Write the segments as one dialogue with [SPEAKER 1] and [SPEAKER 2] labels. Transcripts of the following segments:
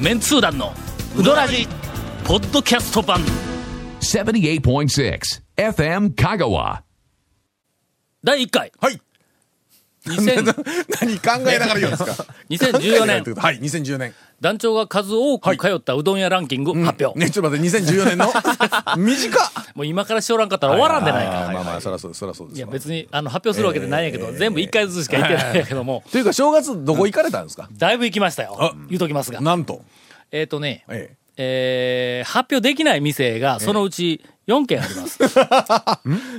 [SPEAKER 1] メンツー団のウドラジポッドキャスト版
[SPEAKER 2] 78.6 FM Kagawa.
[SPEAKER 1] 第1回
[SPEAKER 3] はい。
[SPEAKER 1] 2000
[SPEAKER 3] 何考えながら言うんですか
[SPEAKER 1] 2014年
[SPEAKER 3] はい、2014年。
[SPEAKER 1] 団長が数多く通ったうどん屋ランキング発表、
[SPEAKER 3] ね、ちょっと待って、2014 年の短っ
[SPEAKER 1] もう今からしおらんかったら終わらんでないか、
[SPEAKER 3] あーまあまあ、そらそうです、そらそうです。
[SPEAKER 1] いや別にあの発表するわけでないんやけど、全部1回ずつしか行ってないんやけども、
[SPEAKER 3] というか、正月どこ行かれたんですか
[SPEAKER 1] だいぶ行きましたよ
[SPEAKER 3] あ
[SPEAKER 1] 言うときますが
[SPEAKER 3] なんと。
[SPEAKER 1] えっ、とね、
[SPEAKER 3] ええ
[SPEAKER 1] えー発表できない店がそのうち4軒あります。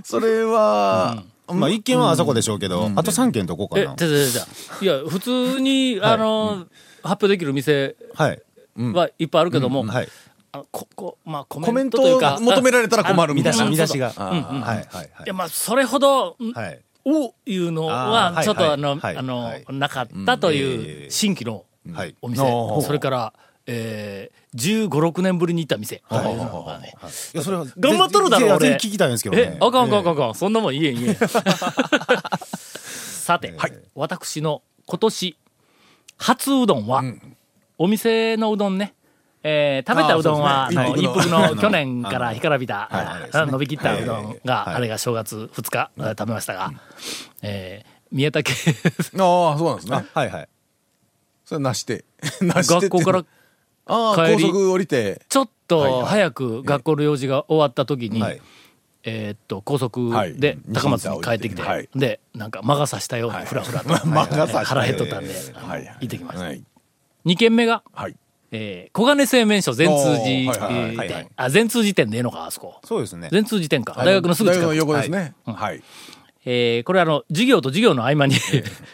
[SPEAKER 3] それは、
[SPEAKER 4] まあ、一軒はあそこでしょうけど、あと三軒どこか
[SPEAKER 1] え、
[SPEAKER 4] な
[SPEAKER 1] じ。ゃじゃじゃいや、普通に、あの、発表できる店
[SPEAKER 4] はい。
[SPEAKER 1] はいっぱいあるけども、
[SPEAKER 4] はい。
[SPEAKER 1] あのここ、まあコ
[SPEAKER 3] コ
[SPEAKER 1] メ
[SPEAKER 3] メ
[SPEAKER 1] ン
[SPEAKER 3] ン
[SPEAKER 1] トとい
[SPEAKER 3] ト
[SPEAKER 1] う
[SPEAKER 3] を
[SPEAKER 1] か。
[SPEAKER 3] 求められたら困るみたい
[SPEAKER 1] あ
[SPEAKER 3] な。
[SPEAKER 1] の
[SPEAKER 4] 見
[SPEAKER 1] 見
[SPEAKER 4] 出
[SPEAKER 1] 出
[SPEAKER 4] し
[SPEAKER 1] し
[SPEAKER 4] が。
[SPEAKER 3] あー
[SPEAKER 4] はい、はい、
[SPEAKER 1] いや、まあ、それほど、ん
[SPEAKER 4] はい。
[SPEAKER 1] おいうの
[SPEAKER 4] あー
[SPEAKER 1] は
[SPEAKER 4] は、い
[SPEAKER 1] ちょっとあの、
[SPEAKER 4] はい
[SPEAKER 1] あの、
[SPEAKER 4] はい
[SPEAKER 1] なかったと
[SPEAKER 4] うん
[SPEAKER 1] い
[SPEAKER 4] ええ
[SPEAKER 1] う新規の
[SPEAKER 4] はい。
[SPEAKER 1] お店。
[SPEAKER 3] うん
[SPEAKER 1] それから、えー、15、6年ぶりに行った店。というのがね
[SPEAKER 4] いや、それは。
[SPEAKER 1] 頑張っとるだろ
[SPEAKER 4] ぜひ
[SPEAKER 1] 俺
[SPEAKER 4] ぜひ聞きたいんですけど
[SPEAKER 1] え
[SPEAKER 4] ね、。
[SPEAKER 1] あかんあかんあかんあかん、そんなもん言えん言えん。 さて、私の今年、初うどんは、お店のうどんね、えー食べたうどんは、
[SPEAKER 3] あ
[SPEAKER 1] あ
[SPEAKER 3] ーそ
[SPEAKER 1] の
[SPEAKER 3] うですね
[SPEAKER 1] 一服
[SPEAKER 4] 一
[SPEAKER 1] の
[SPEAKER 4] 服の
[SPEAKER 1] 去年から干からびた、
[SPEAKER 4] はい
[SPEAKER 1] あ
[SPEAKER 4] あれですね
[SPEAKER 1] 伸びきったうど
[SPEAKER 4] は
[SPEAKER 1] ん
[SPEAKER 4] い
[SPEAKER 1] が、
[SPEAKER 4] はい
[SPEAKER 1] あれが正月2日、えー食べましたが、えー宮 田家、
[SPEAKER 3] あー、そうなんです
[SPEAKER 4] あ
[SPEAKER 3] ね。
[SPEAKER 4] はい、はい。
[SPEAKER 3] それなして。 なしてって
[SPEAKER 1] 学校から
[SPEAKER 3] あー
[SPEAKER 1] 帰り
[SPEAKER 3] 高速降りて。
[SPEAKER 1] ちょっ
[SPEAKER 3] はいは
[SPEAKER 1] と
[SPEAKER 3] い
[SPEAKER 1] 早く学校の用事が終わった時に、
[SPEAKER 4] はい。
[SPEAKER 1] えーっと、高速
[SPEAKER 3] はい
[SPEAKER 1] で高松に帰ってきて、
[SPEAKER 3] はい
[SPEAKER 1] で、なんか魔が差したようにふらふらと、
[SPEAKER 3] 魔が差した
[SPEAKER 1] 腹減っとったんで、あの
[SPEAKER 3] はいはい
[SPEAKER 1] 行ってきました。
[SPEAKER 3] はい。
[SPEAKER 1] 2軒目が、
[SPEAKER 3] はい。
[SPEAKER 1] えー、小金製麺所全通寺え
[SPEAKER 3] おーはいはい
[SPEAKER 4] はいは
[SPEAKER 1] ー
[SPEAKER 4] い
[SPEAKER 1] 店。あ、全通寺店でええのか、あそこ。
[SPEAKER 4] そうですね。
[SPEAKER 1] 全通寺店か。大学のすぐ
[SPEAKER 3] 大
[SPEAKER 1] 近
[SPEAKER 3] 学の
[SPEAKER 1] く。
[SPEAKER 3] 横ですね。はい。
[SPEAKER 1] えー、これあの、授業と授業の合間 に、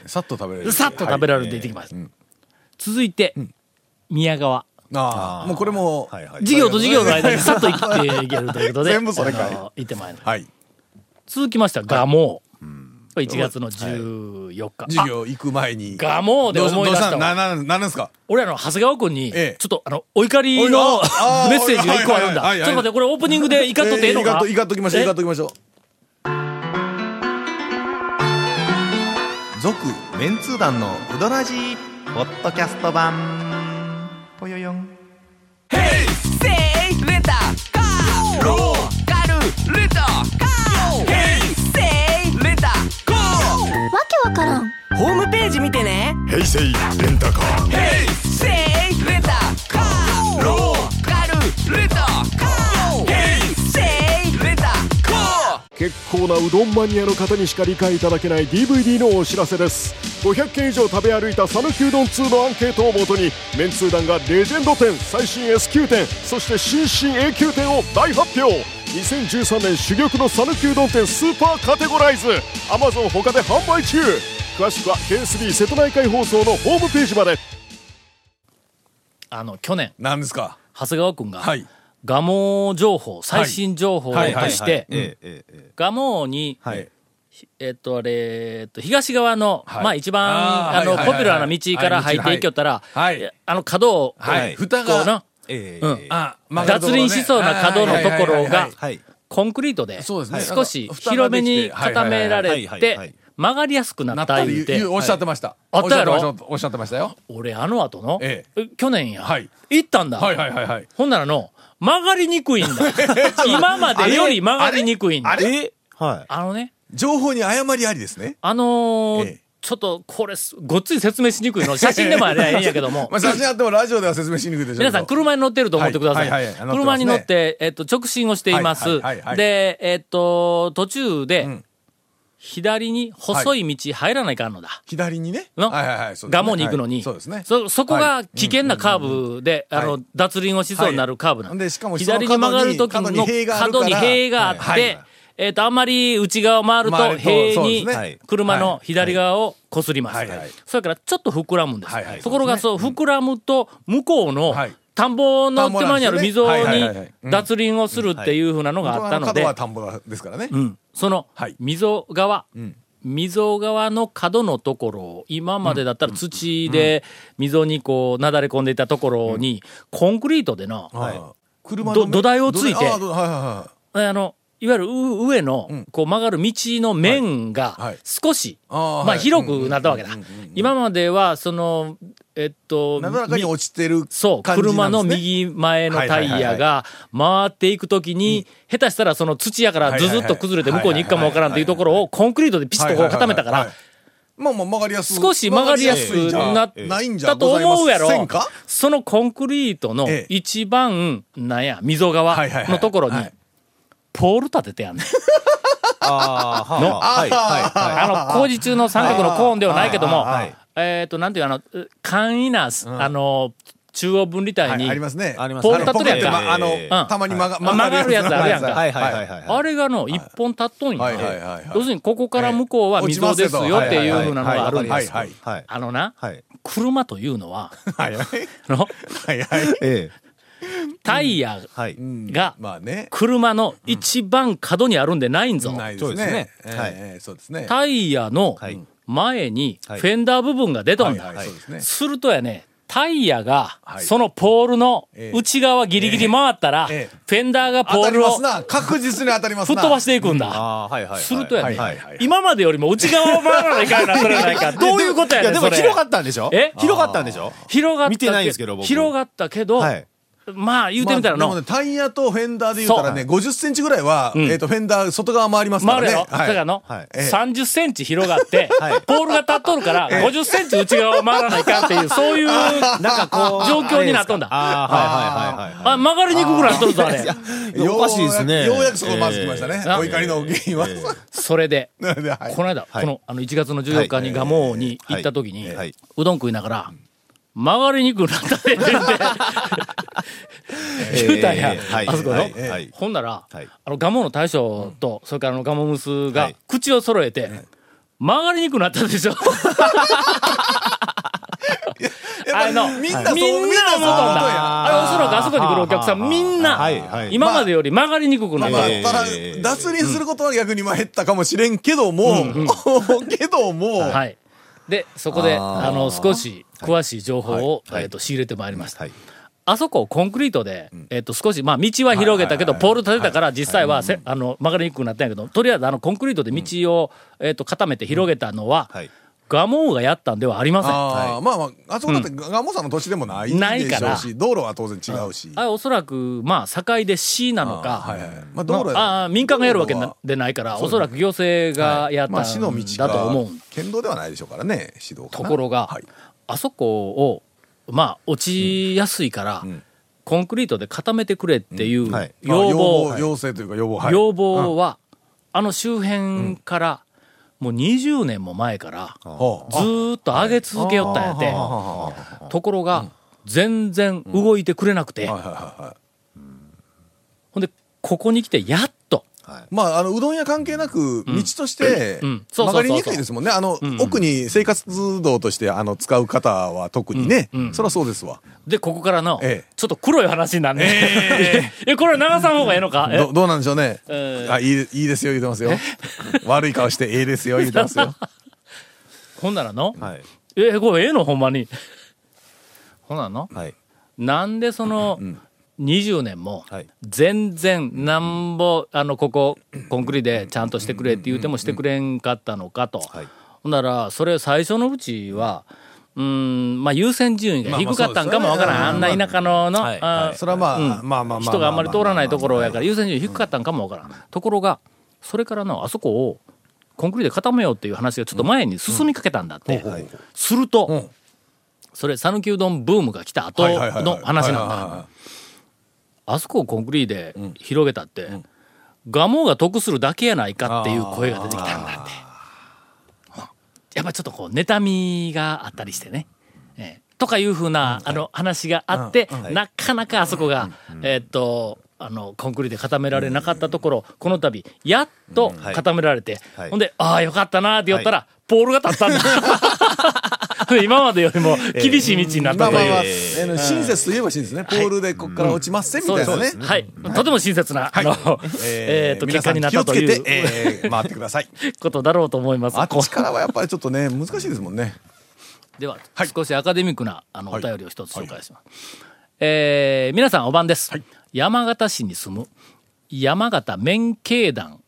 [SPEAKER 3] さっと食べれる。
[SPEAKER 1] さっと食べられるんで行ってきました。続いて、宮川。
[SPEAKER 3] あ
[SPEAKER 4] あ
[SPEAKER 3] あ、
[SPEAKER 4] ー
[SPEAKER 3] もうこれも、
[SPEAKER 4] はい、はい。
[SPEAKER 1] 授業と授業の間にさっと行っていけるということで、
[SPEAKER 3] 全部それかい
[SPEAKER 1] あの行ってまいりました
[SPEAKER 3] はい。
[SPEAKER 1] 続きましては、ガモー。これ1月の14日。
[SPEAKER 3] 授業行く前に。
[SPEAKER 1] ガモーで思い出し
[SPEAKER 3] ど
[SPEAKER 1] た
[SPEAKER 3] うな、
[SPEAKER 1] わ。
[SPEAKER 3] な、なんですか
[SPEAKER 1] 俺あの、長谷川君に、ちょ
[SPEAKER 3] ええ
[SPEAKER 1] っとあの、お怒りの
[SPEAKER 3] おいあー
[SPEAKER 1] メッセージが一個あるんだ。
[SPEAKER 3] はいはいはいは
[SPEAKER 1] ちょっ
[SPEAKER 3] い
[SPEAKER 1] と待って、これオープニングで怒っとってええのか
[SPEAKER 3] えーいかっといかっときましょう
[SPEAKER 1] え
[SPEAKER 3] いかっときましょう続
[SPEAKER 5] メンツー団のウドラジーポッドキャスト版ぽよよん
[SPEAKER 6] せいレンタカーローカルレンタカーヘイセイレンタカー
[SPEAKER 7] わけわからん
[SPEAKER 6] ホームページ見てねヘイセイレンタカーヘイセイレンタカーローカルレンタカーヘイセイレンタカー
[SPEAKER 8] 結構なうどんマニアの方にしか理解いただけない DVD のお知らせです500件以上食べ歩いた讃岐うどん2のアンケートをもとにメンツー団がレジェンド店最新 S 級店そして新進 A 級店を大発表2013年珠玉の讃岐うどん店スーパーカテゴライズ Amazon 他で販売中詳しくは K3 瀬戸内海放送のホームページまで
[SPEAKER 1] あの、去年、
[SPEAKER 3] なんですか
[SPEAKER 1] 長谷川君が、
[SPEAKER 3] はい
[SPEAKER 1] ガモー情報、最新情報と
[SPEAKER 3] はい
[SPEAKER 4] はい、
[SPEAKER 1] し
[SPEAKER 4] はいえ
[SPEAKER 1] て、
[SPEAKER 4] え、ええ、ええ
[SPEAKER 1] ガモーに、
[SPEAKER 4] はい。
[SPEAKER 1] えっと、あれ、えっと、東側の、
[SPEAKER 3] はい
[SPEAKER 1] まあ一番、
[SPEAKER 3] あー
[SPEAKER 1] あの、
[SPEAKER 3] はいはい
[SPEAKER 1] ポ
[SPEAKER 3] はい
[SPEAKER 1] ピュラーな道から入っていきよったら、
[SPEAKER 3] はいはい
[SPEAKER 1] あの、角を、
[SPEAKER 3] はい
[SPEAKER 1] こ
[SPEAKER 3] 蓋
[SPEAKER 1] うな
[SPEAKER 3] が、
[SPEAKER 4] ええ、
[SPEAKER 1] うん
[SPEAKER 4] ええ
[SPEAKER 3] あ
[SPEAKER 1] 脱輪しそうな角のところが、
[SPEAKER 4] はい。
[SPEAKER 1] コンクリートで、
[SPEAKER 3] そうですね
[SPEAKER 1] 少し広めに固められ
[SPEAKER 4] はいはいは
[SPEAKER 1] て
[SPEAKER 4] い、
[SPEAKER 1] 曲がりやすくな
[SPEAKER 3] な
[SPEAKER 1] っ
[SPEAKER 3] った
[SPEAKER 1] た
[SPEAKER 3] って
[SPEAKER 1] 言
[SPEAKER 3] いう
[SPEAKER 1] て
[SPEAKER 3] いう、おっしゃってました
[SPEAKER 1] あったやろ
[SPEAKER 3] おっしゃってましたおっしゃってましたよ
[SPEAKER 1] 俺あの後の、
[SPEAKER 3] え
[SPEAKER 1] え去年や、
[SPEAKER 3] はい
[SPEAKER 1] 行ったんだ、
[SPEAKER 3] はいはいはいはい
[SPEAKER 1] ほんならの、曲がりにく いんだ。今までより曲がりにくいんだ。あ
[SPEAKER 4] えはい。
[SPEAKER 1] のね、
[SPEAKER 3] 情報に誤りありですね
[SPEAKER 1] あのー
[SPEAKER 3] ええ
[SPEAKER 1] ちょっとこれす、ごっつい説明しにくい の。写真でもあればいいんやけども
[SPEAKER 3] まあ。写真あってもラジオでは説明しにくいでしょうけど
[SPEAKER 1] 皆さん、車に乗ってると思ってください。
[SPEAKER 3] はいはいはい乗ってますね
[SPEAKER 1] 車に乗って、えっと、直進をしています。
[SPEAKER 3] はいはいはいはい
[SPEAKER 1] で、えっと、途中で、
[SPEAKER 3] ん
[SPEAKER 1] 左に細い道入らないかんのだ。
[SPEAKER 3] 左にね
[SPEAKER 1] の、
[SPEAKER 3] はいはいはいそうですね
[SPEAKER 1] ガモに行くのに、
[SPEAKER 3] はいそうですね
[SPEAKER 1] そ、そこ
[SPEAKER 3] は
[SPEAKER 1] が
[SPEAKER 3] い
[SPEAKER 1] 危険なカーブで、あの、
[SPEAKER 3] はい
[SPEAKER 1] 脱輪をしそうになるカーブなん
[SPEAKER 3] はいでしかもその
[SPEAKER 1] 左に曲がる時
[SPEAKER 3] 角に
[SPEAKER 1] の
[SPEAKER 3] 角
[SPEAKER 1] 角
[SPEAKER 3] に塀があるから
[SPEAKER 1] に塀があって、
[SPEAKER 3] はいはい
[SPEAKER 1] えっ、と、あんまり内側を回る
[SPEAKER 3] 回
[SPEAKER 1] と、
[SPEAKER 3] ると
[SPEAKER 1] 塀
[SPEAKER 3] そうで
[SPEAKER 1] に
[SPEAKER 3] すねはい
[SPEAKER 1] 車の左側を擦ります。
[SPEAKER 3] はいはい
[SPEAKER 1] それからちょっと膨らむんです。
[SPEAKER 3] はいはい
[SPEAKER 1] ところが、そう、膨らむと、向こうの、
[SPEAKER 3] はい
[SPEAKER 1] 田んぼの手前にある溝
[SPEAKER 3] 田んぼなんですよねはいはいはいは
[SPEAKER 1] に
[SPEAKER 3] いうん
[SPEAKER 1] 脱輪をするっていうふうなのがあったので、
[SPEAKER 3] 本当はあの角は田んぼですからね
[SPEAKER 1] うん、その
[SPEAKER 3] はい
[SPEAKER 1] 溝側、溝側の角のところを今までだったら土で溝にこうなだれ込んでいたところにコンクリートでの、
[SPEAKER 3] はい車の
[SPEAKER 1] ど土台をついて
[SPEAKER 3] あーどはいはいはい
[SPEAKER 1] あのいわゆるう上の
[SPEAKER 3] うん
[SPEAKER 1] こう曲がる道の面
[SPEAKER 3] はいは
[SPEAKER 1] が
[SPEAKER 3] い
[SPEAKER 1] 少し、
[SPEAKER 3] あーはい
[SPEAKER 1] まあ、広くなったわけだ
[SPEAKER 3] うんうんうんうんうん。
[SPEAKER 1] 今まではそのえっと
[SPEAKER 3] なだらかに
[SPEAKER 1] み
[SPEAKER 3] 落ちてる感じな
[SPEAKER 1] そ
[SPEAKER 3] ん
[SPEAKER 1] う、
[SPEAKER 3] です、ね、
[SPEAKER 1] 車の右前のタイヤが回っていくときに、下手したらその土やからずずっと崩れて向こうに行くかもわからんというところをコンクリートでピシッとこう固めたか
[SPEAKER 3] はい
[SPEAKER 1] ら
[SPEAKER 3] はい、はいはいまあまあ曲がりやすい
[SPEAKER 1] 少し曲がりやすくなっ
[SPEAKER 3] 曲がりやすいんじゃないんじ
[SPEAKER 1] た
[SPEAKER 3] ゃ
[SPEAKER 1] と
[SPEAKER 3] ございま
[SPEAKER 1] 思うや
[SPEAKER 3] せ
[SPEAKER 1] ろ
[SPEAKER 3] んか。
[SPEAKER 1] そのコンクリートの
[SPEAKER 3] ええ
[SPEAKER 1] 一番、なんや、溝側
[SPEAKER 3] はいはいはい
[SPEAKER 1] のところに
[SPEAKER 3] はい、
[SPEAKER 1] ポール立ててやんねん。
[SPEAKER 4] ああ、はあ、はい、はい、はい。
[SPEAKER 1] あの、工事中の三角のコーンではないけども
[SPEAKER 4] はいはいはい、
[SPEAKER 1] えっと、なんていう、あの、簡易な、あの、中央分離
[SPEAKER 3] は
[SPEAKER 1] 帯
[SPEAKER 3] い、
[SPEAKER 1] に
[SPEAKER 3] あり、ますね。
[SPEAKER 4] あります
[SPEAKER 1] ポー
[SPEAKER 3] あ
[SPEAKER 1] ル
[SPEAKER 3] の
[SPEAKER 1] 立
[SPEAKER 3] ポ
[SPEAKER 1] っ
[SPEAKER 3] ケ
[SPEAKER 1] てる
[SPEAKER 3] ッ
[SPEAKER 1] や
[SPEAKER 3] ト
[SPEAKER 1] ん
[SPEAKER 3] ま
[SPEAKER 1] か。
[SPEAKER 3] ああの、
[SPEAKER 4] えー
[SPEAKER 3] たまに曲が
[SPEAKER 1] 曲がるやつあるやんか。
[SPEAKER 4] はい、はい、はい、はい。
[SPEAKER 1] あれがの、一本立っとんや。
[SPEAKER 3] はいはいはいはい。
[SPEAKER 1] 要するに、ここから向こうは溝ですよっていうふうなのがあるん
[SPEAKER 3] は
[SPEAKER 1] で
[SPEAKER 3] い
[SPEAKER 1] す。
[SPEAKER 3] はい
[SPEAKER 4] はい、
[SPEAKER 1] あのな、
[SPEAKER 4] はい。
[SPEAKER 1] 車というのは、
[SPEAKER 3] はいはい
[SPEAKER 1] あの
[SPEAKER 3] はいはい。
[SPEAKER 4] ええ、
[SPEAKER 1] タイヤ
[SPEAKER 4] はい。
[SPEAKER 1] が
[SPEAKER 3] まあね。
[SPEAKER 1] 車の一番角にあるんでないんぞ。
[SPEAKER 3] ないです
[SPEAKER 4] そうです
[SPEAKER 3] ね
[SPEAKER 4] ね。
[SPEAKER 3] ええ
[SPEAKER 4] はい
[SPEAKER 3] ええそうですね。
[SPEAKER 1] タイヤの
[SPEAKER 4] はい
[SPEAKER 1] 前にフ
[SPEAKER 4] はい
[SPEAKER 1] ェンダー部分が出とんだ。
[SPEAKER 3] はいはいそうですね
[SPEAKER 1] するとやね、タイヤが、
[SPEAKER 3] はい
[SPEAKER 1] そのポールの
[SPEAKER 3] ええ
[SPEAKER 1] 内側ギリギリ回ったら、
[SPEAKER 3] ええ
[SPEAKER 1] フェンダーが
[SPEAKER 3] 当
[SPEAKER 1] ポ
[SPEAKER 3] た
[SPEAKER 1] ー
[SPEAKER 3] り
[SPEAKER 1] ル
[SPEAKER 3] ま
[SPEAKER 1] を
[SPEAKER 3] すな。確実に当たります
[SPEAKER 1] 吹っ
[SPEAKER 3] な。
[SPEAKER 1] 飛ばしていくんだ。
[SPEAKER 4] ああ、はい、はい。
[SPEAKER 1] するとや
[SPEAKER 4] はい
[SPEAKER 1] ね、
[SPEAKER 4] はい。
[SPEAKER 1] 今までよりも内側を回らないかんな、それないか。 どういうことやねん、
[SPEAKER 4] いで
[SPEAKER 1] そ
[SPEAKER 4] も
[SPEAKER 1] れ
[SPEAKER 4] 広がったんでしょ
[SPEAKER 1] え
[SPEAKER 4] 広がったんでしょ
[SPEAKER 1] 広がった
[SPEAKER 4] 見てないんですけど僕
[SPEAKER 1] 広がったけど、
[SPEAKER 4] はい。
[SPEAKER 1] まあ言うてみたら
[SPEAKER 3] まあ
[SPEAKER 1] の、
[SPEAKER 3] でもねタイヤとフェンダーで言ったらね、50センチぐらいは、えっと、フェンダー外側回りますか
[SPEAKER 1] 回
[SPEAKER 3] ら
[SPEAKER 1] る
[SPEAKER 3] ね。
[SPEAKER 1] やろ、
[SPEAKER 3] はい
[SPEAKER 1] だからの、
[SPEAKER 4] はい
[SPEAKER 3] ええ
[SPEAKER 1] 30センチ広がって、
[SPEAKER 4] はい
[SPEAKER 1] ポールが立っとるから、50センチ内側を回らないかんっていう、そういう、なんかこう、状況になっとんだ。あ
[SPEAKER 4] ああ、はい、はい、はい、はい。
[SPEAKER 1] 曲がりにくくなっとるぞ、あれ。
[SPEAKER 4] いやおかしいですね
[SPEAKER 3] ようやくそこまず来ましたね。
[SPEAKER 1] ええ
[SPEAKER 3] お怒りの原因は。
[SPEAKER 1] それで、
[SPEAKER 3] なのではい
[SPEAKER 1] この間、
[SPEAKER 4] はい
[SPEAKER 1] この、あの、1月の14日に蒲生に行った時に、
[SPEAKER 4] はいはいう
[SPEAKER 1] どん食いながら、曲がりにくくなったって言って、言うたんや、
[SPEAKER 4] ええはい
[SPEAKER 1] あそこの。
[SPEAKER 4] はいはい
[SPEAKER 1] ほんなら、
[SPEAKER 4] はい
[SPEAKER 1] あの、ガモの大将と、それからあのガモムス
[SPEAKER 4] は
[SPEAKER 1] が
[SPEAKER 4] い、
[SPEAKER 1] 口を揃えて、曲がりにくくなったでしょあの、みん
[SPEAKER 3] みん
[SPEAKER 1] な思
[SPEAKER 3] なそう
[SPEAKER 1] とんだ。
[SPEAKER 4] あ
[SPEAKER 1] あれ、お
[SPEAKER 4] ー
[SPEAKER 1] そらくあそこに来るお客さん、
[SPEAKER 4] はあ
[SPEAKER 1] みんな
[SPEAKER 4] はいは、い
[SPEAKER 1] 今までより曲がりにくくなっ
[SPEAKER 3] まあ、
[SPEAKER 1] た。
[SPEAKER 4] ええ
[SPEAKER 3] ただ、脱輪することは逆に今減ったかもしれんけども、 けども、
[SPEAKER 1] はい。で、そこで、あの、少し詳しい情報を、えっと、仕入れてまいりました。
[SPEAKER 4] はい。
[SPEAKER 1] あそこをコンクリートで、えっと、少し、まあ、道は広げたけど、ポール立てたから、実際はせ、あの、曲がりにくくなったんやけど、とりあえず、あの、コンクリートで道を、えっと、固めて広げたのは
[SPEAKER 4] はい、
[SPEAKER 1] ガモーがやったんではありません。
[SPEAKER 3] あーまあまあ、あそこだってガモさんの土地でもない
[SPEAKER 1] ない
[SPEAKER 3] で
[SPEAKER 1] か
[SPEAKER 3] しょ
[SPEAKER 1] ら
[SPEAKER 3] うし、道路は当然違うし。
[SPEAKER 1] あれ、おそらく、まあ、境で市なのか、
[SPEAKER 3] はいはいまあ道路
[SPEAKER 1] ああ民間がやるわけな
[SPEAKER 3] 道
[SPEAKER 1] でないから、おそらく行政がやったん
[SPEAKER 3] まあ市の道
[SPEAKER 1] だと思う。
[SPEAKER 3] か県道ではないでしょうからね、市道か
[SPEAKER 1] と
[SPEAKER 3] な
[SPEAKER 1] ころが、
[SPEAKER 3] はい
[SPEAKER 1] あそこを、まあ、落ちやすいから、
[SPEAKER 3] ん
[SPEAKER 1] コンクリートで固めてくれっていう
[SPEAKER 4] うんはい
[SPEAKER 1] 要望、
[SPEAKER 3] まあ要請というか要望、はい
[SPEAKER 1] 要望は、あの周辺から、もう20年も前から、
[SPEAKER 3] ほう
[SPEAKER 1] ずーっと上げ続けよったんや
[SPEAKER 3] あは
[SPEAKER 1] て、
[SPEAKER 3] ははは
[SPEAKER 1] ところが、全然動いてくれなくて、
[SPEAKER 3] はいはいはいはい
[SPEAKER 1] ほんで、ここに来て、やっと、
[SPEAKER 3] まあ、あのうどん屋関係なく、道として
[SPEAKER 1] うんうんそうそうそうそう
[SPEAKER 3] 曲がりにくいですもんね、あの奥に生活道としてあの使う方は特にね、そりゃそうですわ、
[SPEAKER 1] で、ここからの、
[SPEAKER 3] ええ
[SPEAKER 1] ちょっと黒い話になんねん。 え、これ流さん方がええのかえ
[SPEAKER 3] どどうなんでしょうね、
[SPEAKER 1] え
[SPEAKER 3] あいい、いいですよ、言うてますよ、 悪い顔して、ええですよ、言うてますよ、
[SPEAKER 1] ほんならの、
[SPEAKER 4] はい。
[SPEAKER 1] え、これええのほんまに。ほんならの
[SPEAKER 4] はい。
[SPEAKER 1] なんでその、20年も
[SPEAKER 4] はい、
[SPEAKER 1] 全然、なんぼ、あの、ここ、コンクリでちゃんとしてくれって言うてもしてくれんかったのかと。
[SPEAKER 4] い
[SPEAKER 1] ほんなら、それ最初のうちは、うーん、まあ優先順位が低かったんかもわからん。
[SPEAKER 3] ま
[SPEAKER 1] あ
[SPEAKER 3] あ
[SPEAKER 1] ん
[SPEAKER 3] まあそうですよね
[SPEAKER 1] な田舎のの、
[SPEAKER 4] はい
[SPEAKER 1] あ
[SPEAKER 3] それはまあ、まあまあまあまあ、
[SPEAKER 1] 人があんまり通らないところやから優先順位低かったんかもわからん、ところがそれからのあそこをコンクリートで固めようっていう話がちょっと前に進みかけたんだって、
[SPEAKER 3] はい
[SPEAKER 1] すると、
[SPEAKER 3] うん
[SPEAKER 1] それ讃岐うどんブームが来た後
[SPEAKER 3] はいはいはいはい
[SPEAKER 1] の話なん
[SPEAKER 3] はい
[SPEAKER 1] だ
[SPEAKER 3] はいはい
[SPEAKER 1] あそこをコンクリートで広げたって、蒲生が得するだけやないかっていう声が出てきたんだってやっぱちょっとこう妬みがあったりしてね、ええとかいうふうな、あの話があって、なかなかあそこが、えーっとあのコンクリートで固められなかったところ、この度やっと
[SPEAKER 4] い
[SPEAKER 1] 固められて、
[SPEAKER 4] はい
[SPEAKER 1] ほんでああよかったなーって言ったら、ポールが立ったんだ今までよりも厳しい道になった
[SPEAKER 3] まあ
[SPEAKER 1] と
[SPEAKER 3] ま
[SPEAKER 1] い
[SPEAKER 3] あ
[SPEAKER 1] う
[SPEAKER 3] まあ、あの親切といえば親切ね、ポールでここから落ちませんみ
[SPEAKER 1] そう
[SPEAKER 3] た
[SPEAKER 1] で
[SPEAKER 3] いな
[SPEAKER 1] す
[SPEAKER 3] ね、
[SPEAKER 1] ね。はい。とても親切な、あの、 えっと、
[SPEAKER 3] 皆
[SPEAKER 1] 結
[SPEAKER 3] さ
[SPEAKER 1] 果
[SPEAKER 3] ん
[SPEAKER 1] になったとい
[SPEAKER 3] 気をつけ
[SPEAKER 1] う
[SPEAKER 3] て、えー回ってくだ さい。
[SPEAKER 1] ことだろうと思います。
[SPEAKER 3] あ
[SPEAKER 1] こ
[SPEAKER 3] っちからはやっぱりちょっとね、難しいですもんね。
[SPEAKER 1] うでは
[SPEAKER 3] はい、
[SPEAKER 1] 少しアカデミックな、あの、お
[SPEAKER 3] はい
[SPEAKER 1] 便りを一つ紹介します。えー皆さんお晩です。山形市に住む、山形麺経団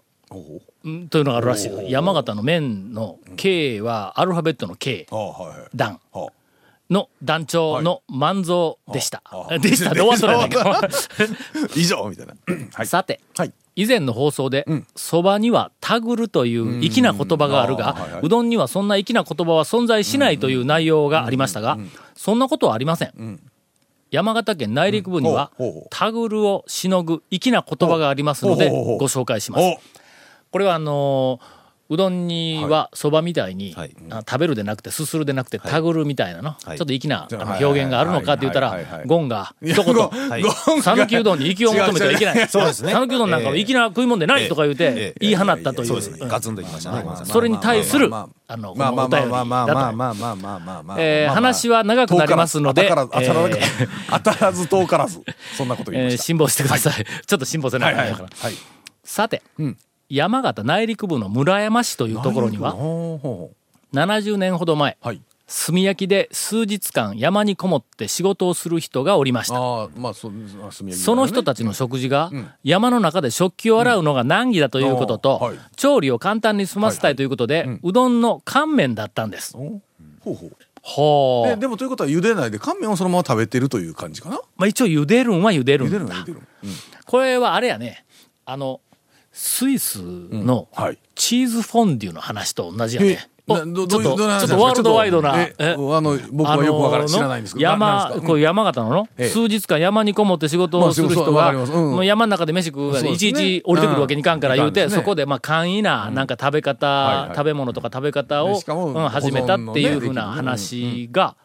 [SPEAKER 1] んというのがあるらしいよ山形の麺の経はアルファベットの経
[SPEAKER 3] ああはいはい
[SPEAKER 1] 団
[SPEAKER 3] は
[SPEAKER 1] の団長の万蔵でした。でしたどうそれやねん けど
[SPEAKER 3] 以上みたいなはい
[SPEAKER 1] さて、
[SPEAKER 3] はい
[SPEAKER 1] 以前の放送で、そばにはたぐるという粋な言葉があるが、う
[SPEAKER 3] あーはいはいう
[SPEAKER 1] どんにはそんな粋な言葉は存在しないという内容がありましたが、そんなことはありません。山形県内陸部には
[SPEAKER 3] うんほうほうほう、
[SPEAKER 1] たぐるをしのぐ粋な言葉がありますので、
[SPEAKER 3] ほうほうほう
[SPEAKER 1] ご紹介します。
[SPEAKER 3] お
[SPEAKER 1] これはあのーうどんにはそばみたいに、
[SPEAKER 4] はい
[SPEAKER 1] あ食べるでなくてすするでなくてたぐるみたいなの、
[SPEAKER 4] はい
[SPEAKER 1] ちょっと粋なあの
[SPEAKER 3] はい
[SPEAKER 1] 表現があるのかって言ったら、
[SPEAKER 3] はいはいはいはい
[SPEAKER 1] ゴンが
[SPEAKER 3] いや
[SPEAKER 1] 一言
[SPEAKER 3] ゴン
[SPEAKER 4] はい
[SPEAKER 3] ゴンが
[SPEAKER 1] 讃岐うどんに粋を求めてはいけない。
[SPEAKER 4] そうですね
[SPEAKER 1] 讃岐うどんなんかの粋な食い物でないとか言う
[SPEAKER 4] え
[SPEAKER 1] て
[SPEAKER 4] え、
[SPEAKER 1] 言い放ったとい
[SPEAKER 4] そうです
[SPEAKER 1] う。
[SPEAKER 4] ね。ガツンときましたね。ごめんなさい
[SPEAKER 1] それに対する
[SPEAKER 3] まあまあ、
[SPEAKER 1] あの、こ
[SPEAKER 3] まあ
[SPEAKER 1] の
[SPEAKER 3] ま
[SPEAKER 1] お
[SPEAKER 3] あま
[SPEAKER 1] 便
[SPEAKER 3] あ
[SPEAKER 1] り
[SPEAKER 3] まあまあまあ
[SPEAKER 1] だ
[SPEAKER 3] まあまあまあまあまあ
[SPEAKER 1] と。えー話は長くなりますので、え
[SPEAKER 3] 遠からず当たらず
[SPEAKER 1] ー
[SPEAKER 3] 当たらず遠からずそんなこと言い
[SPEAKER 1] え
[SPEAKER 3] ま
[SPEAKER 1] ー
[SPEAKER 3] した
[SPEAKER 1] 辛抱してください。 ちょっと辛抱せなあかんやから。
[SPEAKER 3] はい
[SPEAKER 1] さて、山形内陸部の村山市というところには、
[SPEAKER 3] ほうほ
[SPEAKER 1] 70年ほど前、
[SPEAKER 3] うはい
[SPEAKER 1] 炭焼きで数日間山にこもって仕事をする人がおりました。
[SPEAKER 3] ああまあそあ炭焼きだからね
[SPEAKER 1] その人たちの食事が、山の中で食器を洗うのが難儀だということと、
[SPEAKER 3] うんはい
[SPEAKER 1] 調理を簡単に済ませたいということで、うどんの乾麺だったんです。
[SPEAKER 3] ほうほう
[SPEAKER 1] ほ
[SPEAKER 3] で
[SPEAKER 1] う。
[SPEAKER 3] でもということは茹でないで乾麺をそのまま食べてるという感じかな
[SPEAKER 1] まあ一応茹でるんは茹でる
[SPEAKER 3] 茹
[SPEAKER 1] ん
[SPEAKER 3] で
[SPEAKER 1] だ
[SPEAKER 3] るのは茹でるの
[SPEAKER 1] これはあれやね、あの、スイスの
[SPEAKER 3] うんはい
[SPEAKER 1] チーズフォンデュの話と同じやね。お
[SPEAKER 3] な
[SPEAKER 1] ちょ
[SPEAKER 3] ど
[SPEAKER 1] っ
[SPEAKER 3] ど
[SPEAKER 1] とちょ
[SPEAKER 3] ういうどういう話
[SPEAKER 1] っとワールドワイドな。
[SPEAKER 3] えあの僕はよくわからない知らないんですけどな
[SPEAKER 1] 山
[SPEAKER 3] なんですか、
[SPEAKER 1] こう山形のの、
[SPEAKER 3] ええ
[SPEAKER 1] 数日間山にこもって仕事をする人
[SPEAKER 3] ま
[SPEAKER 1] が、
[SPEAKER 3] あそうそうわかりますうん
[SPEAKER 1] もう山の中で飯食うから、
[SPEAKER 3] そう
[SPEAKER 1] い
[SPEAKER 3] です
[SPEAKER 1] ち
[SPEAKER 3] ね
[SPEAKER 1] いち降りてくるわけにいかんから言うて、
[SPEAKER 3] うんいかんです
[SPEAKER 1] そ
[SPEAKER 3] ね
[SPEAKER 1] こでまあ簡易な、なんか食べ方、
[SPEAKER 3] いはい
[SPEAKER 1] 食べ物とか食べ方
[SPEAKER 3] う
[SPEAKER 1] を
[SPEAKER 3] ん、しかも
[SPEAKER 1] うん
[SPEAKER 3] 保存のね
[SPEAKER 1] 始めたっていうふうな
[SPEAKER 3] できる
[SPEAKER 1] 話が、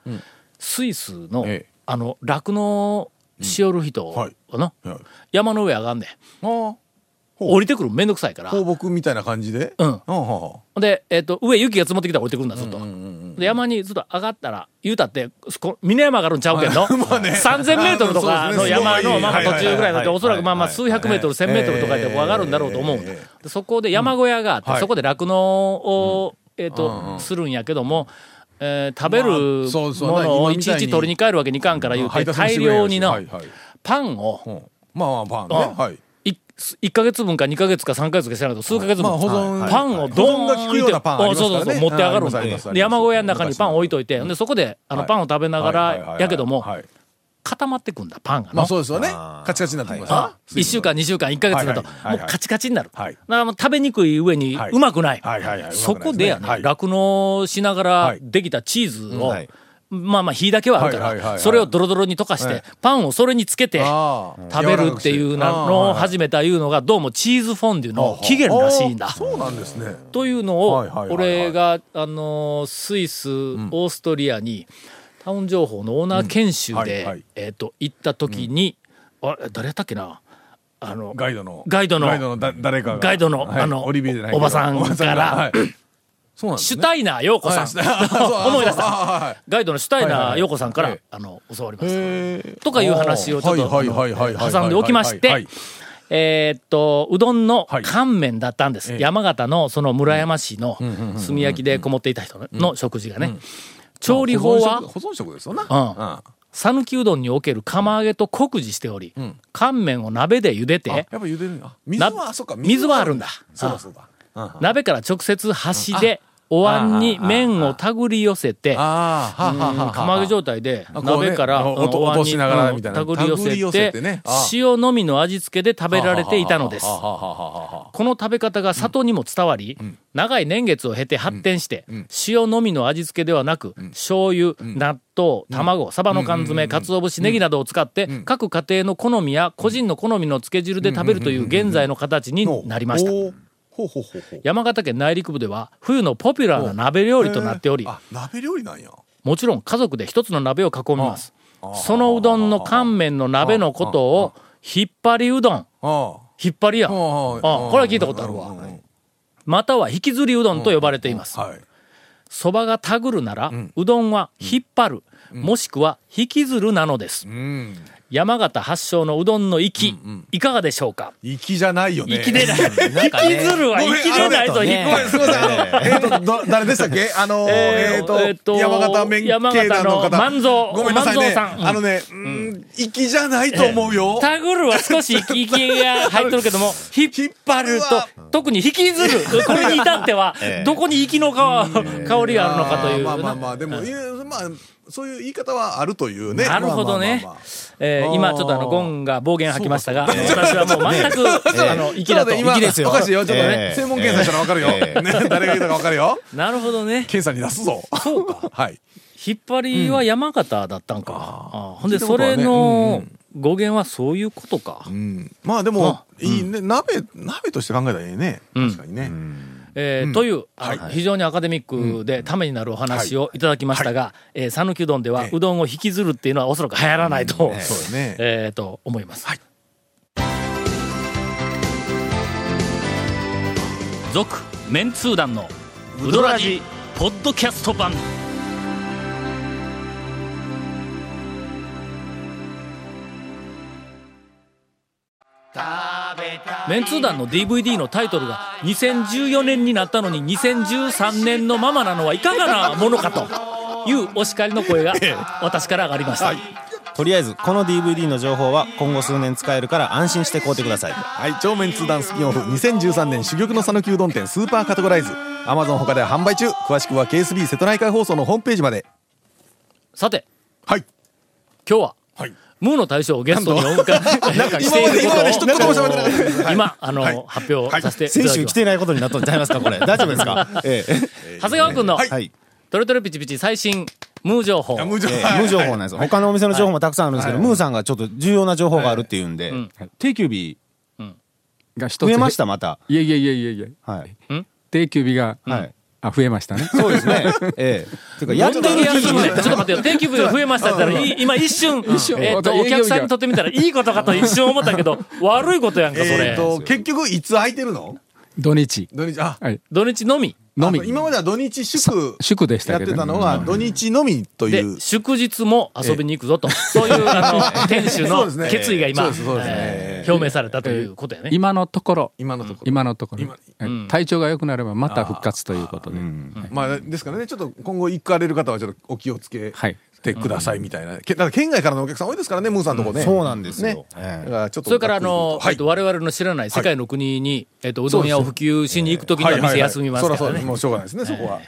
[SPEAKER 1] スイスの、
[SPEAKER 3] ええ
[SPEAKER 1] あの、酪農しよる人
[SPEAKER 3] はい
[SPEAKER 1] かな、
[SPEAKER 3] はい
[SPEAKER 1] 山の上上がんねん
[SPEAKER 3] あー
[SPEAKER 1] 降りてくるのめんどくさいから。
[SPEAKER 3] 放牧みたいな感じで
[SPEAKER 1] うん
[SPEAKER 3] はあはあ
[SPEAKER 1] で、えっ、と、上雪が積もってきたら降りてくるんだ、ずっと。で、山にずっと上がったら、言うたって、こ峰山があるんちゃうけ んの、3000メートルとかの山の、
[SPEAKER 3] あ
[SPEAKER 1] まあ
[SPEAKER 3] ま
[SPEAKER 1] 途中ぐらい
[SPEAKER 3] あそうですねすごい
[SPEAKER 1] だ
[SPEAKER 4] はいはいは
[SPEAKER 1] っ
[SPEAKER 4] い
[SPEAKER 1] て、おそらくまあまあ
[SPEAKER 4] はい
[SPEAKER 1] 数百メートル、1000メートルとかでこう上がるんだろうと思うんだ。でそこで山小屋があって、
[SPEAKER 3] はい
[SPEAKER 1] そこで酪農を、えっ、と、するんやけども、えー食べ
[SPEAKER 3] まあそう
[SPEAKER 1] る
[SPEAKER 3] そう
[SPEAKER 1] ものを
[SPEAKER 3] 今
[SPEAKER 1] い
[SPEAKER 3] み
[SPEAKER 1] ち
[SPEAKER 3] たい
[SPEAKER 1] い
[SPEAKER 3] に
[SPEAKER 1] ち取りに帰るわけにいかんから言うて、
[SPEAKER 3] 配達も
[SPEAKER 1] 大
[SPEAKER 3] してくれる
[SPEAKER 1] 量
[SPEAKER 3] やつ
[SPEAKER 1] にの
[SPEAKER 3] はいはい
[SPEAKER 1] パンを
[SPEAKER 3] うんまあまあパンね
[SPEAKER 1] あ
[SPEAKER 3] はい
[SPEAKER 1] い1ヶ月分か2ヶ月か3ヶ月か知らんけど、数ヶ月分。
[SPEAKER 3] まあ保存
[SPEAKER 1] パンをドーン
[SPEAKER 3] 保存が効くようなパンありますからね
[SPEAKER 1] おそうそうそう持って上がるん
[SPEAKER 3] ありますあります
[SPEAKER 1] で
[SPEAKER 3] あ
[SPEAKER 1] で
[SPEAKER 3] ります
[SPEAKER 1] 山小屋の中にパン置いといて、でそこであの
[SPEAKER 3] はい
[SPEAKER 1] パンを食べなが
[SPEAKER 3] はいはいはい
[SPEAKER 1] ら
[SPEAKER 3] はい
[SPEAKER 1] やけども
[SPEAKER 3] はい
[SPEAKER 1] 固まってくんだパンが
[SPEAKER 3] ま
[SPEAKER 1] の
[SPEAKER 3] あそうですよね
[SPEAKER 4] あー
[SPEAKER 3] カチカチになってきますね
[SPEAKER 1] あ1週間2週間1ヶ月だと
[SPEAKER 3] はいはいは
[SPEAKER 1] も
[SPEAKER 3] いう
[SPEAKER 1] カチカチになるだ
[SPEAKER 3] はい
[SPEAKER 1] からもう食べにくい上に
[SPEAKER 3] はいう
[SPEAKER 1] まくない
[SPEAKER 3] はいはいはい
[SPEAKER 1] そこでやね
[SPEAKER 3] はい
[SPEAKER 1] 酪農しながらできたチーズを
[SPEAKER 4] はい
[SPEAKER 1] まあまあ火だけはある
[SPEAKER 3] はいはいはい
[SPEAKER 1] か
[SPEAKER 3] は
[SPEAKER 1] ら
[SPEAKER 3] い
[SPEAKER 1] それをドロドロに溶かしてパンをそれにつけて
[SPEAKER 3] あー
[SPEAKER 1] 食べるっていうなのを始めたいうのがどうもチーズフォンデュの起源らしいんだ
[SPEAKER 3] あーそうなんですね
[SPEAKER 1] というのを
[SPEAKER 3] はいはいはいはい
[SPEAKER 1] 俺があのースイスオーストリアにタウン情報のオーナー研修
[SPEAKER 3] うんはいは
[SPEAKER 1] で
[SPEAKER 3] い
[SPEAKER 1] えーと行った時にあれ誰やったっけなあの
[SPEAKER 3] ガイドの
[SPEAKER 1] ガイドの
[SPEAKER 3] ガイドのだ誰かが
[SPEAKER 1] ガイドの
[SPEAKER 3] はい
[SPEAKER 1] あの
[SPEAKER 3] オリビエじゃないけど
[SPEAKER 1] おばさん
[SPEAKER 3] おばが
[SPEAKER 1] から
[SPEAKER 3] はいそうなんです
[SPEAKER 1] シ
[SPEAKER 3] ね
[SPEAKER 1] ュタイナー陽子さん 思い出し
[SPEAKER 3] あ
[SPEAKER 1] た
[SPEAKER 3] はいはい
[SPEAKER 1] ガイドのシュタイ
[SPEAKER 3] はいはい
[SPEAKER 1] ナ
[SPEAKER 3] は
[SPEAKER 1] ー
[SPEAKER 3] い
[SPEAKER 1] 陽子さんか
[SPEAKER 3] は
[SPEAKER 1] ら
[SPEAKER 3] い
[SPEAKER 1] あの教わりました。
[SPEAKER 3] へー
[SPEAKER 1] とかいう話をちょっと
[SPEAKER 3] はいはいはいはいはいはいはい
[SPEAKER 1] 挟んでおきまして、
[SPEAKER 3] はい
[SPEAKER 1] えーっと、うどんの
[SPEAKER 3] はい
[SPEAKER 1] 乾麺だったんです。
[SPEAKER 3] ええ
[SPEAKER 1] 山形のその村山市の炭焼きでこもっていた人のの食事がね。調理法は
[SPEAKER 3] 保存、食保存食ですよな
[SPEAKER 1] うん讃岐うどんにおける釜揚げと酷似しており、乾麺を鍋で茹で、
[SPEAKER 3] あやってぱ茹でるんや水
[SPEAKER 1] な
[SPEAKER 3] はそうか
[SPEAKER 1] 水はあるんだ
[SPEAKER 3] そうだそうだあ
[SPEAKER 1] 鍋から直接箸でお椀に麺を手繰り寄せて、
[SPEAKER 3] あーはあはあはあはあ
[SPEAKER 1] 釜揚げ状態で
[SPEAKER 3] あこうね
[SPEAKER 1] 鍋から
[SPEAKER 3] お
[SPEAKER 1] うん
[SPEAKER 3] と
[SPEAKER 1] お椀
[SPEAKER 3] 落としながら
[SPEAKER 1] に
[SPEAKER 3] みた
[SPEAKER 1] 手
[SPEAKER 3] いな
[SPEAKER 1] 繰り寄
[SPEAKER 3] 手繰り寄
[SPEAKER 1] せ
[SPEAKER 3] せ
[SPEAKER 1] て
[SPEAKER 3] てねあ
[SPEAKER 1] 塩のみの味付けで食べられていたのです
[SPEAKER 3] はあはあはあはあはあ
[SPEAKER 1] この食べ方が里にも伝わり、長い年月を経て発展して、塩のみの味付けではなく、醤油、納豆、卵、サバの缶詰、鰹節、ネギなどを使って、各家庭の好みや個人の好みのつけ汁で食べるという現在の形になりました。
[SPEAKER 3] おーほうほうほうほう
[SPEAKER 1] 山形県内陸部では冬のポピュラーな鍋料理となっており、
[SPEAKER 3] あ鍋料理なんや
[SPEAKER 1] もちろん家族で一つの鍋を囲みます。そのうどんの乾麺の鍋のことを、引っ張りうどん、
[SPEAKER 3] あ
[SPEAKER 1] 引っ張りやん。
[SPEAKER 3] あ
[SPEAKER 1] あこ
[SPEAKER 3] はいはい
[SPEAKER 1] れは聞いたことあるわ。または引きずりうどんと呼ばれています。
[SPEAKER 3] はい
[SPEAKER 1] そばがたぐるなら、うどんは引っ張る、もしくは引きずるなのです。
[SPEAKER 3] うん
[SPEAKER 1] 山形発祥のうどんの息、いかがでしょうか
[SPEAKER 3] 粋じゃないよね
[SPEAKER 1] 生きれない。
[SPEAKER 4] なんか
[SPEAKER 1] 引きずるは
[SPEAKER 3] ご
[SPEAKER 1] 生
[SPEAKER 3] めん
[SPEAKER 1] きれないと
[SPEAKER 4] あれだと
[SPEAKER 1] 引
[SPEAKER 4] ね
[SPEAKER 1] っ
[SPEAKER 3] ごめん、すみません。あのえっと、ど誰でしたっけあの、
[SPEAKER 1] えー
[SPEAKER 3] えっと、
[SPEAKER 1] えーと
[SPEAKER 3] 山形免許
[SPEAKER 1] 山形の
[SPEAKER 3] の方。
[SPEAKER 1] 万蔵
[SPEAKER 3] ごめんなさい
[SPEAKER 1] 万蔵
[SPEAKER 3] ね。
[SPEAKER 1] さんうん
[SPEAKER 3] あのね、うーん息じゃないと思うよ。
[SPEAKER 1] タグルは少し息が入っとるけど も、引っ張ると、特に引きずる。これに至って は、どこに息のか香りがあるのかという。
[SPEAKER 3] まあまあまあ、でも、いやまあ、そういう言い方はあるというね。
[SPEAKER 1] なるほどね
[SPEAKER 3] まあまあまあまあ。
[SPEAKER 1] えー今ちょっとあの、ゴンが暴言吐きましたが、私はもう全く、 あの、息だと。
[SPEAKER 3] ちょっ今
[SPEAKER 1] 息ですよ
[SPEAKER 3] お。かしいよ。ちょっと
[SPEAKER 5] え
[SPEAKER 3] ね
[SPEAKER 5] え、
[SPEAKER 3] 専門検査したらわかるよ。
[SPEAKER 5] ええ
[SPEAKER 3] ね、誰が言うたかわかるよ。
[SPEAKER 1] なるほどね。
[SPEAKER 3] 検査に出すぞ。
[SPEAKER 1] そうか。
[SPEAKER 3] はい。
[SPEAKER 1] 引っ張りは山形だったんか。あーほんで、
[SPEAKER 3] 聞いた
[SPEAKER 1] そ
[SPEAKER 3] ことは
[SPEAKER 1] れ
[SPEAKER 3] ね
[SPEAKER 1] の語源はそういうことか。
[SPEAKER 3] うん。まあでも、いいね。鍋、鍋として考えたらいいね。
[SPEAKER 1] うん
[SPEAKER 3] 確かにね。
[SPEAKER 1] えーという、あの非常にアカデミックでためになるお話をいただきましたが、えー讃岐うどんでは
[SPEAKER 3] ええ
[SPEAKER 1] うどんを引きずるっていうのはおそらく流行らないと、
[SPEAKER 3] そうですね。
[SPEAKER 1] えーと思います。続、メンツー団のウドラジポッドキャスト版。メンツー団の DVD のタイトルが2014年になったのに2013年のままなのはいかがなものかというお叱りの 声が私から上がりました。
[SPEAKER 4] とりあえずこの DVD の情報は今後数年使えるから安心して買うてください
[SPEAKER 3] はい、超面通談スピンオフ2013年珠玉の讃岐うどん店スーパーカテゴライズ Amazon 他で販売中詳しくは KSB 瀬戸内海放送のホームページまで
[SPEAKER 1] さて、
[SPEAKER 3] はい
[SPEAKER 1] 今日は、
[SPEAKER 3] はい
[SPEAKER 1] ムーの大将をゲストにお迎 えなんかしている
[SPEAKER 3] 今ま
[SPEAKER 1] こ
[SPEAKER 3] で今まで一言
[SPEAKER 1] と
[SPEAKER 3] も
[SPEAKER 1] を
[SPEAKER 3] 喋ってなかったですはい
[SPEAKER 1] 今、あの、
[SPEAKER 3] はい
[SPEAKER 1] 発表させていた
[SPEAKER 4] 選
[SPEAKER 1] だき
[SPEAKER 4] 手
[SPEAKER 1] ま
[SPEAKER 4] 来
[SPEAKER 1] す。
[SPEAKER 4] てないことになっとんちゃいますか これ大丈夫ですかええ
[SPEAKER 1] 長谷川君の、
[SPEAKER 3] はい
[SPEAKER 4] はい
[SPEAKER 1] トレトレピチピチ最新ムー情報。
[SPEAKER 3] 無情
[SPEAKER 4] えー無情報なんですよ他のお店の情報もたくさんあるんですけど、ムーさんがちょっと重要な情報があるっていうんで、
[SPEAKER 1] ん
[SPEAKER 4] 定休日
[SPEAKER 7] が一つ
[SPEAKER 4] 増えましたまた
[SPEAKER 7] いやいやいやいやいや
[SPEAKER 4] はい、
[SPEAKER 7] 定休日が、
[SPEAKER 4] はい
[SPEAKER 7] あ増えましたね
[SPEAKER 4] そうですね ええ てかや
[SPEAKER 1] やっ
[SPEAKER 4] っ
[SPEAKER 1] てて
[SPEAKER 4] る
[SPEAKER 1] る休
[SPEAKER 4] 休
[SPEAKER 1] む
[SPEAKER 4] み
[SPEAKER 1] ね。ちょっと待ってよ。天気分が増えましたって言ったらいい、今一瞬、
[SPEAKER 7] 瞬
[SPEAKER 1] えっと、
[SPEAKER 7] また
[SPEAKER 1] お
[SPEAKER 7] 営業日が
[SPEAKER 1] 客さんにとってみたらいいことかと一瞬思ったけど、悪いことやんか、そ
[SPEAKER 3] え
[SPEAKER 1] れ
[SPEAKER 3] っ。と結局いつ空いてるの
[SPEAKER 7] 土日
[SPEAKER 3] 土日あ
[SPEAKER 7] はい
[SPEAKER 1] 土日のみ。
[SPEAKER 7] の
[SPEAKER 3] あ
[SPEAKER 7] み
[SPEAKER 3] 今までは土日祝
[SPEAKER 7] 祝でした
[SPEAKER 3] やっ
[SPEAKER 7] け
[SPEAKER 3] て
[SPEAKER 7] ど
[SPEAKER 3] た
[SPEAKER 7] ね
[SPEAKER 3] のは土日のみとい
[SPEAKER 1] で
[SPEAKER 3] う、
[SPEAKER 1] 祝日も遊びに行くぞと。そういう、あの、店主
[SPEAKER 3] そ
[SPEAKER 1] の
[SPEAKER 3] うですね
[SPEAKER 1] 決意が今、
[SPEAKER 3] そうですそうですね
[SPEAKER 1] えー表明されたということやね。
[SPEAKER 7] 今のところ
[SPEAKER 3] 今のところ
[SPEAKER 7] 今のところ
[SPEAKER 3] 今
[SPEAKER 7] はい体調が良くなればまた復活ということで
[SPEAKER 3] まあですからねちょっと今後行かれる方はちょっとお気をつけ
[SPEAKER 7] はい
[SPEAKER 3] てくださいみたいな、けだから県外からのお客さん多いですからねムーさんのとこね、
[SPEAKER 4] そうなんですよ、
[SPEAKER 3] ねだ
[SPEAKER 4] ええ
[SPEAKER 3] からちょっと
[SPEAKER 1] それからあの、
[SPEAKER 3] は
[SPEAKER 1] えっ
[SPEAKER 3] い
[SPEAKER 1] と、我々の知らない世界の国に、えっと、うどん屋を普及しに行くときには店休みますか
[SPEAKER 3] そ
[SPEAKER 1] ら
[SPEAKER 3] らそう
[SPEAKER 1] ね。
[SPEAKER 3] もうしょうがないですねそこは。
[SPEAKER 1] うん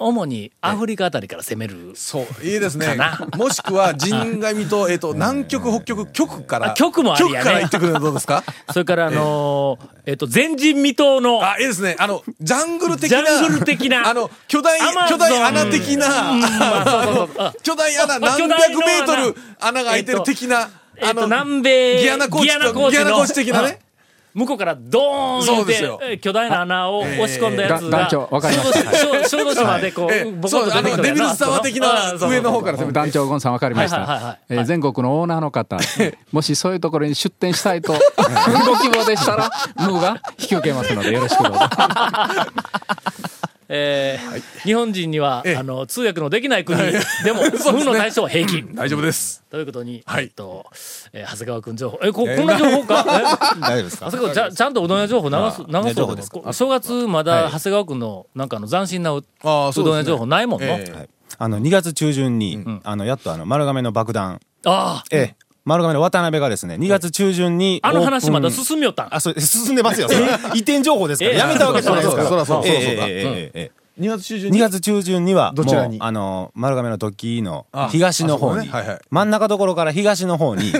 [SPEAKER 1] 主にアフリカあたりから攻める。
[SPEAKER 3] そう、いいですね
[SPEAKER 1] かな。
[SPEAKER 3] もしくは、人神と、えっと、南極、北極、極から。
[SPEAKER 1] あ極もありやね
[SPEAKER 3] 極から行ってくるのどうですか
[SPEAKER 1] それからあの、えっと、前人未到の、
[SPEAKER 3] あ、いいですね。あの、ジャングル的な。
[SPEAKER 1] ジャングル的な
[SPEAKER 3] あの、巨大
[SPEAKER 1] アマ、ゾン
[SPEAKER 3] 巨大穴的な。あの 巨大穴、
[SPEAKER 1] あ巨大
[SPEAKER 3] 何
[SPEAKER 1] の
[SPEAKER 3] 百
[SPEAKER 1] 穴
[SPEAKER 3] メートル穴が開いてる的な。
[SPEAKER 1] えっと、南米、
[SPEAKER 3] ギアナコー
[SPEAKER 1] ギ
[SPEAKER 3] チとギ
[SPEAKER 1] ア
[SPEAKER 3] ア
[SPEAKER 1] ナ
[SPEAKER 3] ナ
[SPEAKER 1] コ
[SPEAKER 3] コ
[SPEAKER 1] ー
[SPEAKER 3] ー
[SPEAKER 1] チ
[SPEAKER 3] チ
[SPEAKER 1] 的
[SPEAKER 3] 的
[SPEAKER 1] な
[SPEAKER 3] な
[SPEAKER 1] ね
[SPEAKER 3] ね
[SPEAKER 1] 向こうからドーン
[SPEAKER 3] そ
[SPEAKER 1] っ
[SPEAKER 3] うですよ
[SPEAKER 1] てえ巨大な穴を押し込んだやつ
[SPEAKER 7] だ
[SPEAKER 1] が、
[SPEAKER 7] 団長わかりました
[SPEAKER 1] 小豆小豆島でこ
[SPEAKER 3] え
[SPEAKER 1] う、
[SPEAKER 3] え
[SPEAKER 1] ボコ
[SPEAKER 3] そ
[SPEAKER 1] ッ
[SPEAKER 3] う、
[SPEAKER 1] と
[SPEAKER 3] あ
[SPEAKER 1] 出てく
[SPEAKER 3] の、
[SPEAKER 1] る
[SPEAKER 3] レ
[SPEAKER 1] やつ
[SPEAKER 3] ベル沢的な上の方から攻めて。
[SPEAKER 7] 団長ゴンさん分かりまし
[SPEAKER 1] はいはいはいは
[SPEAKER 7] た
[SPEAKER 1] い
[SPEAKER 7] えー全国のオーナーの方もしそういうところに出店したいと ご希望でしたらムーが引き受けますのでよろしくどうぞ
[SPEAKER 1] えー日本人には、
[SPEAKER 3] ええ
[SPEAKER 1] あの、通訳のできない国で も、運の対象は平均。
[SPEAKER 3] 大丈夫です。
[SPEAKER 1] ということに、
[SPEAKER 3] はい
[SPEAKER 1] えっと、えー長谷川くん情報。え、こ、こんな情報かえ
[SPEAKER 4] 大丈夫ですか
[SPEAKER 1] 長谷川、ちゃちゃんとうどん屋情報流す、
[SPEAKER 4] あ
[SPEAKER 1] 流
[SPEAKER 4] ね情
[SPEAKER 1] そう
[SPEAKER 4] 報
[SPEAKER 1] で
[SPEAKER 4] ですす
[SPEAKER 1] 正月まだ長谷川くんの、なんかあの、斬新なうう
[SPEAKER 3] ああそうですね
[SPEAKER 1] どん屋情報ないもんの。
[SPEAKER 3] ええ
[SPEAKER 4] はいあの2月中旬に、あのやっとあの丸亀の爆弾、
[SPEAKER 1] あ
[SPEAKER 4] ええ、丸亀の渡辺がですね2月中旬に
[SPEAKER 1] あ、あの話まだ
[SPEAKER 4] オープン
[SPEAKER 1] 進みよったん。
[SPEAKER 4] あそう進んでますよそれ移転情報ですから、
[SPEAKER 1] ええ
[SPEAKER 4] やめたわけじゃないですから
[SPEAKER 3] そうだそうだそうだそうだ
[SPEAKER 4] ええええええええ
[SPEAKER 3] 2月中旬
[SPEAKER 4] 2
[SPEAKER 3] に。
[SPEAKER 4] 月中旬にはも
[SPEAKER 3] どちらに
[SPEAKER 4] うあの丸亀の時の東の方
[SPEAKER 3] あ
[SPEAKER 4] に、
[SPEAKER 3] そうだねはいはい
[SPEAKER 4] 真ん中どころから東の方に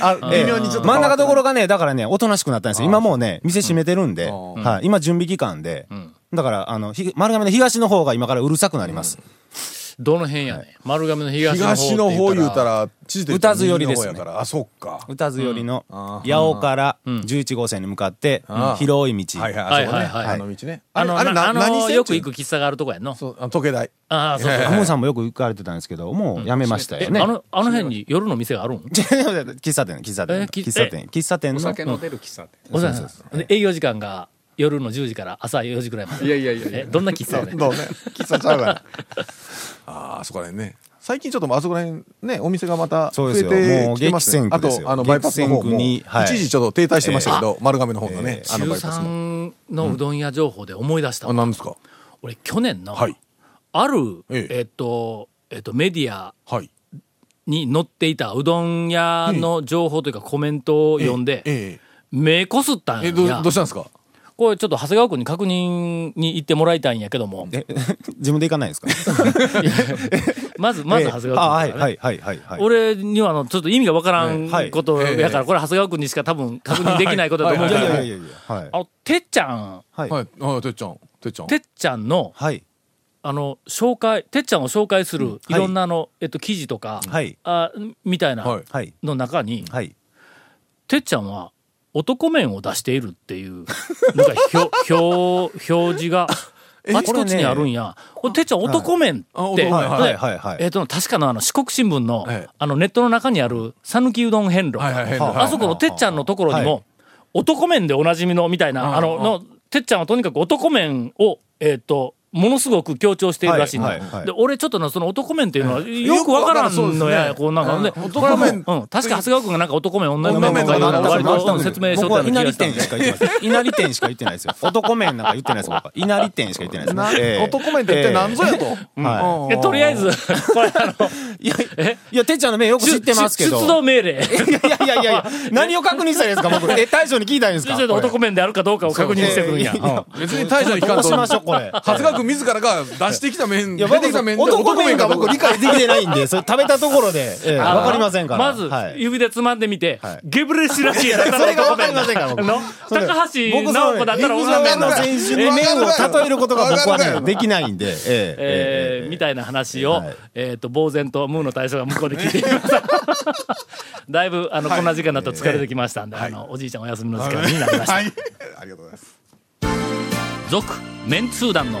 [SPEAKER 4] あええ真ん中どころがねだからねおとなしくなったんですよ今もうね店閉めてるんで、はい、今準備期間で、だからあのひ丸亀の東の方が今からうるさくなります、
[SPEAKER 1] どの辺やねん。丸亀の東の方。
[SPEAKER 3] 東の方言うた。ら、地図で言うと
[SPEAKER 4] 歌津寄りですね
[SPEAKER 3] 右の方やからあ、そっか。
[SPEAKER 4] 歌津寄りの八尾から11号線に向かって、
[SPEAKER 3] ああ
[SPEAKER 4] 広い道、
[SPEAKER 3] はいはい、
[SPEAKER 1] はい
[SPEAKER 3] あそこ
[SPEAKER 1] は
[SPEAKER 3] ね
[SPEAKER 1] いはい
[SPEAKER 3] あの道ね。
[SPEAKER 1] あの、
[SPEAKER 3] あれ、
[SPEAKER 1] なあ
[SPEAKER 3] あれな何
[SPEAKER 1] の、
[SPEAKER 3] 線
[SPEAKER 1] よく行く喫茶があるとこやんの。
[SPEAKER 3] そう、あの時計台。
[SPEAKER 1] ああ、そうそう。
[SPEAKER 4] アムーさんもよく行かれてたんですけどもうやめました
[SPEAKER 1] え、
[SPEAKER 4] よね、
[SPEAKER 1] あ の、あの辺に夜の店があるん
[SPEAKER 4] 喫茶店喫茶
[SPEAKER 1] え
[SPEAKER 4] 店
[SPEAKER 1] き
[SPEAKER 4] 喫茶店喫茶店の
[SPEAKER 7] の出る喫茶
[SPEAKER 1] お世話になりますで営業時間が夜の10時から朝4時ぐらいまで。
[SPEAKER 7] いやいやいやいや
[SPEAKER 1] え、どんな喫茶やねん。
[SPEAKER 3] どうね。喫茶ちゃうから。 ああ、そこら辺ね。最近ちょっとあそこら辺ね、お店がまた
[SPEAKER 4] そう
[SPEAKER 3] 増
[SPEAKER 4] で
[SPEAKER 3] え
[SPEAKER 4] すよも
[SPEAKER 3] て
[SPEAKER 4] う
[SPEAKER 3] きてますね。
[SPEAKER 4] 激戦
[SPEAKER 3] あ
[SPEAKER 4] 区ですよ
[SPEAKER 3] と、あの、バイパスの方
[SPEAKER 4] 激戦区
[SPEAKER 3] も、
[SPEAKER 4] にはい
[SPEAKER 3] 一時ちょっと停滞してましたけど、丸亀の方がね、あのバイパスも。
[SPEAKER 1] 13のうどん屋情報で思い出したわ
[SPEAKER 3] あ、なんですか
[SPEAKER 1] 俺去年の、
[SPEAKER 3] はい
[SPEAKER 1] ある、
[SPEAKER 3] ええ
[SPEAKER 1] えっとえっとメディア
[SPEAKER 3] はい。
[SPEAKER 1] に載っていたうどん屋の情報というかコメントを読んで、
[SPEAKER 3] え
[SPEAKER 1] 目こすったん
[SPEAKER 3] ええ
[SPEAKER 1] や。
[SPEAKER 3] どどうしたんですか
[SPEAKER 1] これちょっと長谷川君に確認に行ってもらいたいんやけど も、
[SPEAKER 4] え 自分で行かないですか
[SPEAKER 1] ま ず、まず長谷
[SPEAKER 4] あ
[SPEAKER 1] 川
[SPEAKER 4] は
[SPEAKER 1] 君
[SPEAKER 4] い
[SPEAKER 1] からね、
[SPEAKER 4] はいはいはいはい。
[SPEAKER 1] 俺にはあの、ちょっと意味がわから
[SPEAKER 4] は
[SPEAKER 1] ん
[SPEAKER 4] い
[SPEAKER 1] ことやから、これ長谷川君にしか多分確認できないことだと思う
[SPEAKER 4] い
[SPEAKER 1] けど
[SPEAKER 4] やいやいやいやはい
[SPEAKER 1] あの、てっちゃん、
[SPEAKER 4] はい
[SPEAKER 3] はい、はい、てっちゃん。てっちゃん。
[SPEAKER 1] てっちゃんの、
[SPEAKER 4] はい
[SPEAKER 1] あの、紹介、てっちゃんを紹介する、い
[SPEAKER 4] はい
[SPEAKER 1] ろんなあの、えっと、記事とか、
[SPEAKER 4] はい
[SPEAKER 1] あみたいな、
[SPEAKER 3] はい
[SPEAKER 4] はい
[SPEAKER 1] の中に、
[SPEAKER 4] はい。
[SPEAKER 1] てっちゃんは男面を出しているっていう、なん か表、表、表示が、あちこちにあるんや。これてっちゃん男面
[SPEAKER 3] あ
[SPEAKER 1] っ
[SPEAKER 3] 男
[SPEAKER 1] て、
[SPEAKER 3] 面はい
[SPEAKER 1] で
[SPEAKER 4] はいはいはい
[SPEAKER 1] えっ、と、確かのあの、四国新聞の、
[SPEAKER 3] はい
[SPEAKER 1] あの、ネットの中にある、讃岐うどん遍路、
[SPEAKER 3] はいはい、変な。
[SPEAKER 1] あそこのてっちゃんのところにも、
[SPEAKER 4] はい
[SPEAKER 1] 男面でおなじみの、みたいな、あの、の、てっちゃんはとにかく男面を、えっ、と、ものすごく強調しているらしいんだ、
[SPEAKER 4] はいはいはい
[SPEAKER 1] で、俺ちょっとな、その男面っていうのは、よくわからんのや、
[SPEAKER 3] よく
[SPEAKER 1] こうなんか、ね、これはもううん、確か長谷川君がなんか男面、女面とかいうの
[SPEAKER 3] 女面
[SPEAKER 1] を
[SPEAKER 3] とか
[SPEAKER 1] 割
[SPEAKER 3] なんか
[SPEAKER 1] とうん説明しとっ
[SPEAKER 4] 僕
[SPEAKER 1] たよ
[SPEAKER 4] は
[SPEAKER 1] うな気が
[SPEAKER 4] 稲荷
[SPEAKER 1] したん
[SPEAKER 4] 店
[SPEAKER 1] で
[SPEAKER 4] しか言ってないです。稲荷店しか言ってないですよ。男麺なんか言ってないです僕は。稲荷店しか言ってないです
[SPEAKER 3] な
[SPEAKER 4] ええ。
[SPEAKER 3] 男面って一体何ぞやと。
[SPEAKER 4] ええは
[SPEAKER 1] えとりあえず、これあの、
[SPEAKER 4] い。いやいやてっちゃんの麺よく知ってますけど。
[SPEAKER 1] 出動命令。
[SPEAKER 4] いやいやいやいや、何を確認したらいいですか、僕。え、大将に聞いたらいいんですか。
[SPEAKER 1] ちょっと男面であるかどうかを確認してくるんや。
[SPEAKER 4] いや
[SPEAKER 3] 別に大将に聞かん
[SPEAKER 4] ど
[SPEAKER 3] と
[SPEAKER 4] うしましょう、これ。
[SPEAKER 3] 長谷川君自らが出してきた面、
[SPEAKER 4] いや、
[SPEAKER 3] 出てきた面で
[SPEAKER 4] 僕男麺が
[SPEAKER 3] どう
[SPEAKER 4] 僕
[SPEAKER 3] か
[SPEAKER 4] 理解できてないんで、それ食べたところで、ええ
[SPEAKER 1] あの
[SPEAKER 4] わかりませんから。
[SPEAKER 1] まず
[SPEAKER 4] は、い
[SPEAKER 1] 指でつまんでみて
[SPEAKER 4] はい、
[SPEAKER 1] ゲブレシラシエだ ったら
[SPEAKER 4] それが
[SPEAKER 1] 男
[SPEAKER 4] わかり
[SPEAKER 1] 面
[SPEAKER 4] ませんから、僕。
[SPEAKER 1] の高橋
[SPEAKER 4] れ
[SPEAKER 1] 直子だったら
[SPEAKER 4] 陸
[SPEAKER 1] 女
[SPEAKER 4] 上
[SPEAKER 1] 面
[SPEAKER 4] の
[SPEAKER 1] の。
[SPEAKER 4] 選手に麺を例えることが僕はね、できないんで、ええ
[SPEAKER 1] え
[SPEAKER 4] え
[SPEAKER 1] ー
[SPEAKER 4] え
[SPEAKER 1] みたいな話を、
[SPEAKER 4] はい
[SPEAKER 1] えっ、と、呆然とムーの大将が向こうで聞いていました。 だいぶ、あの、こんな時間になったら疲れてきましたんで、あの、おじいちゃんお休みの時間になりま した。
[SPEAKER 3] はい。ありがとうございます。
[SPEAKER 1] 続、メンツー団の、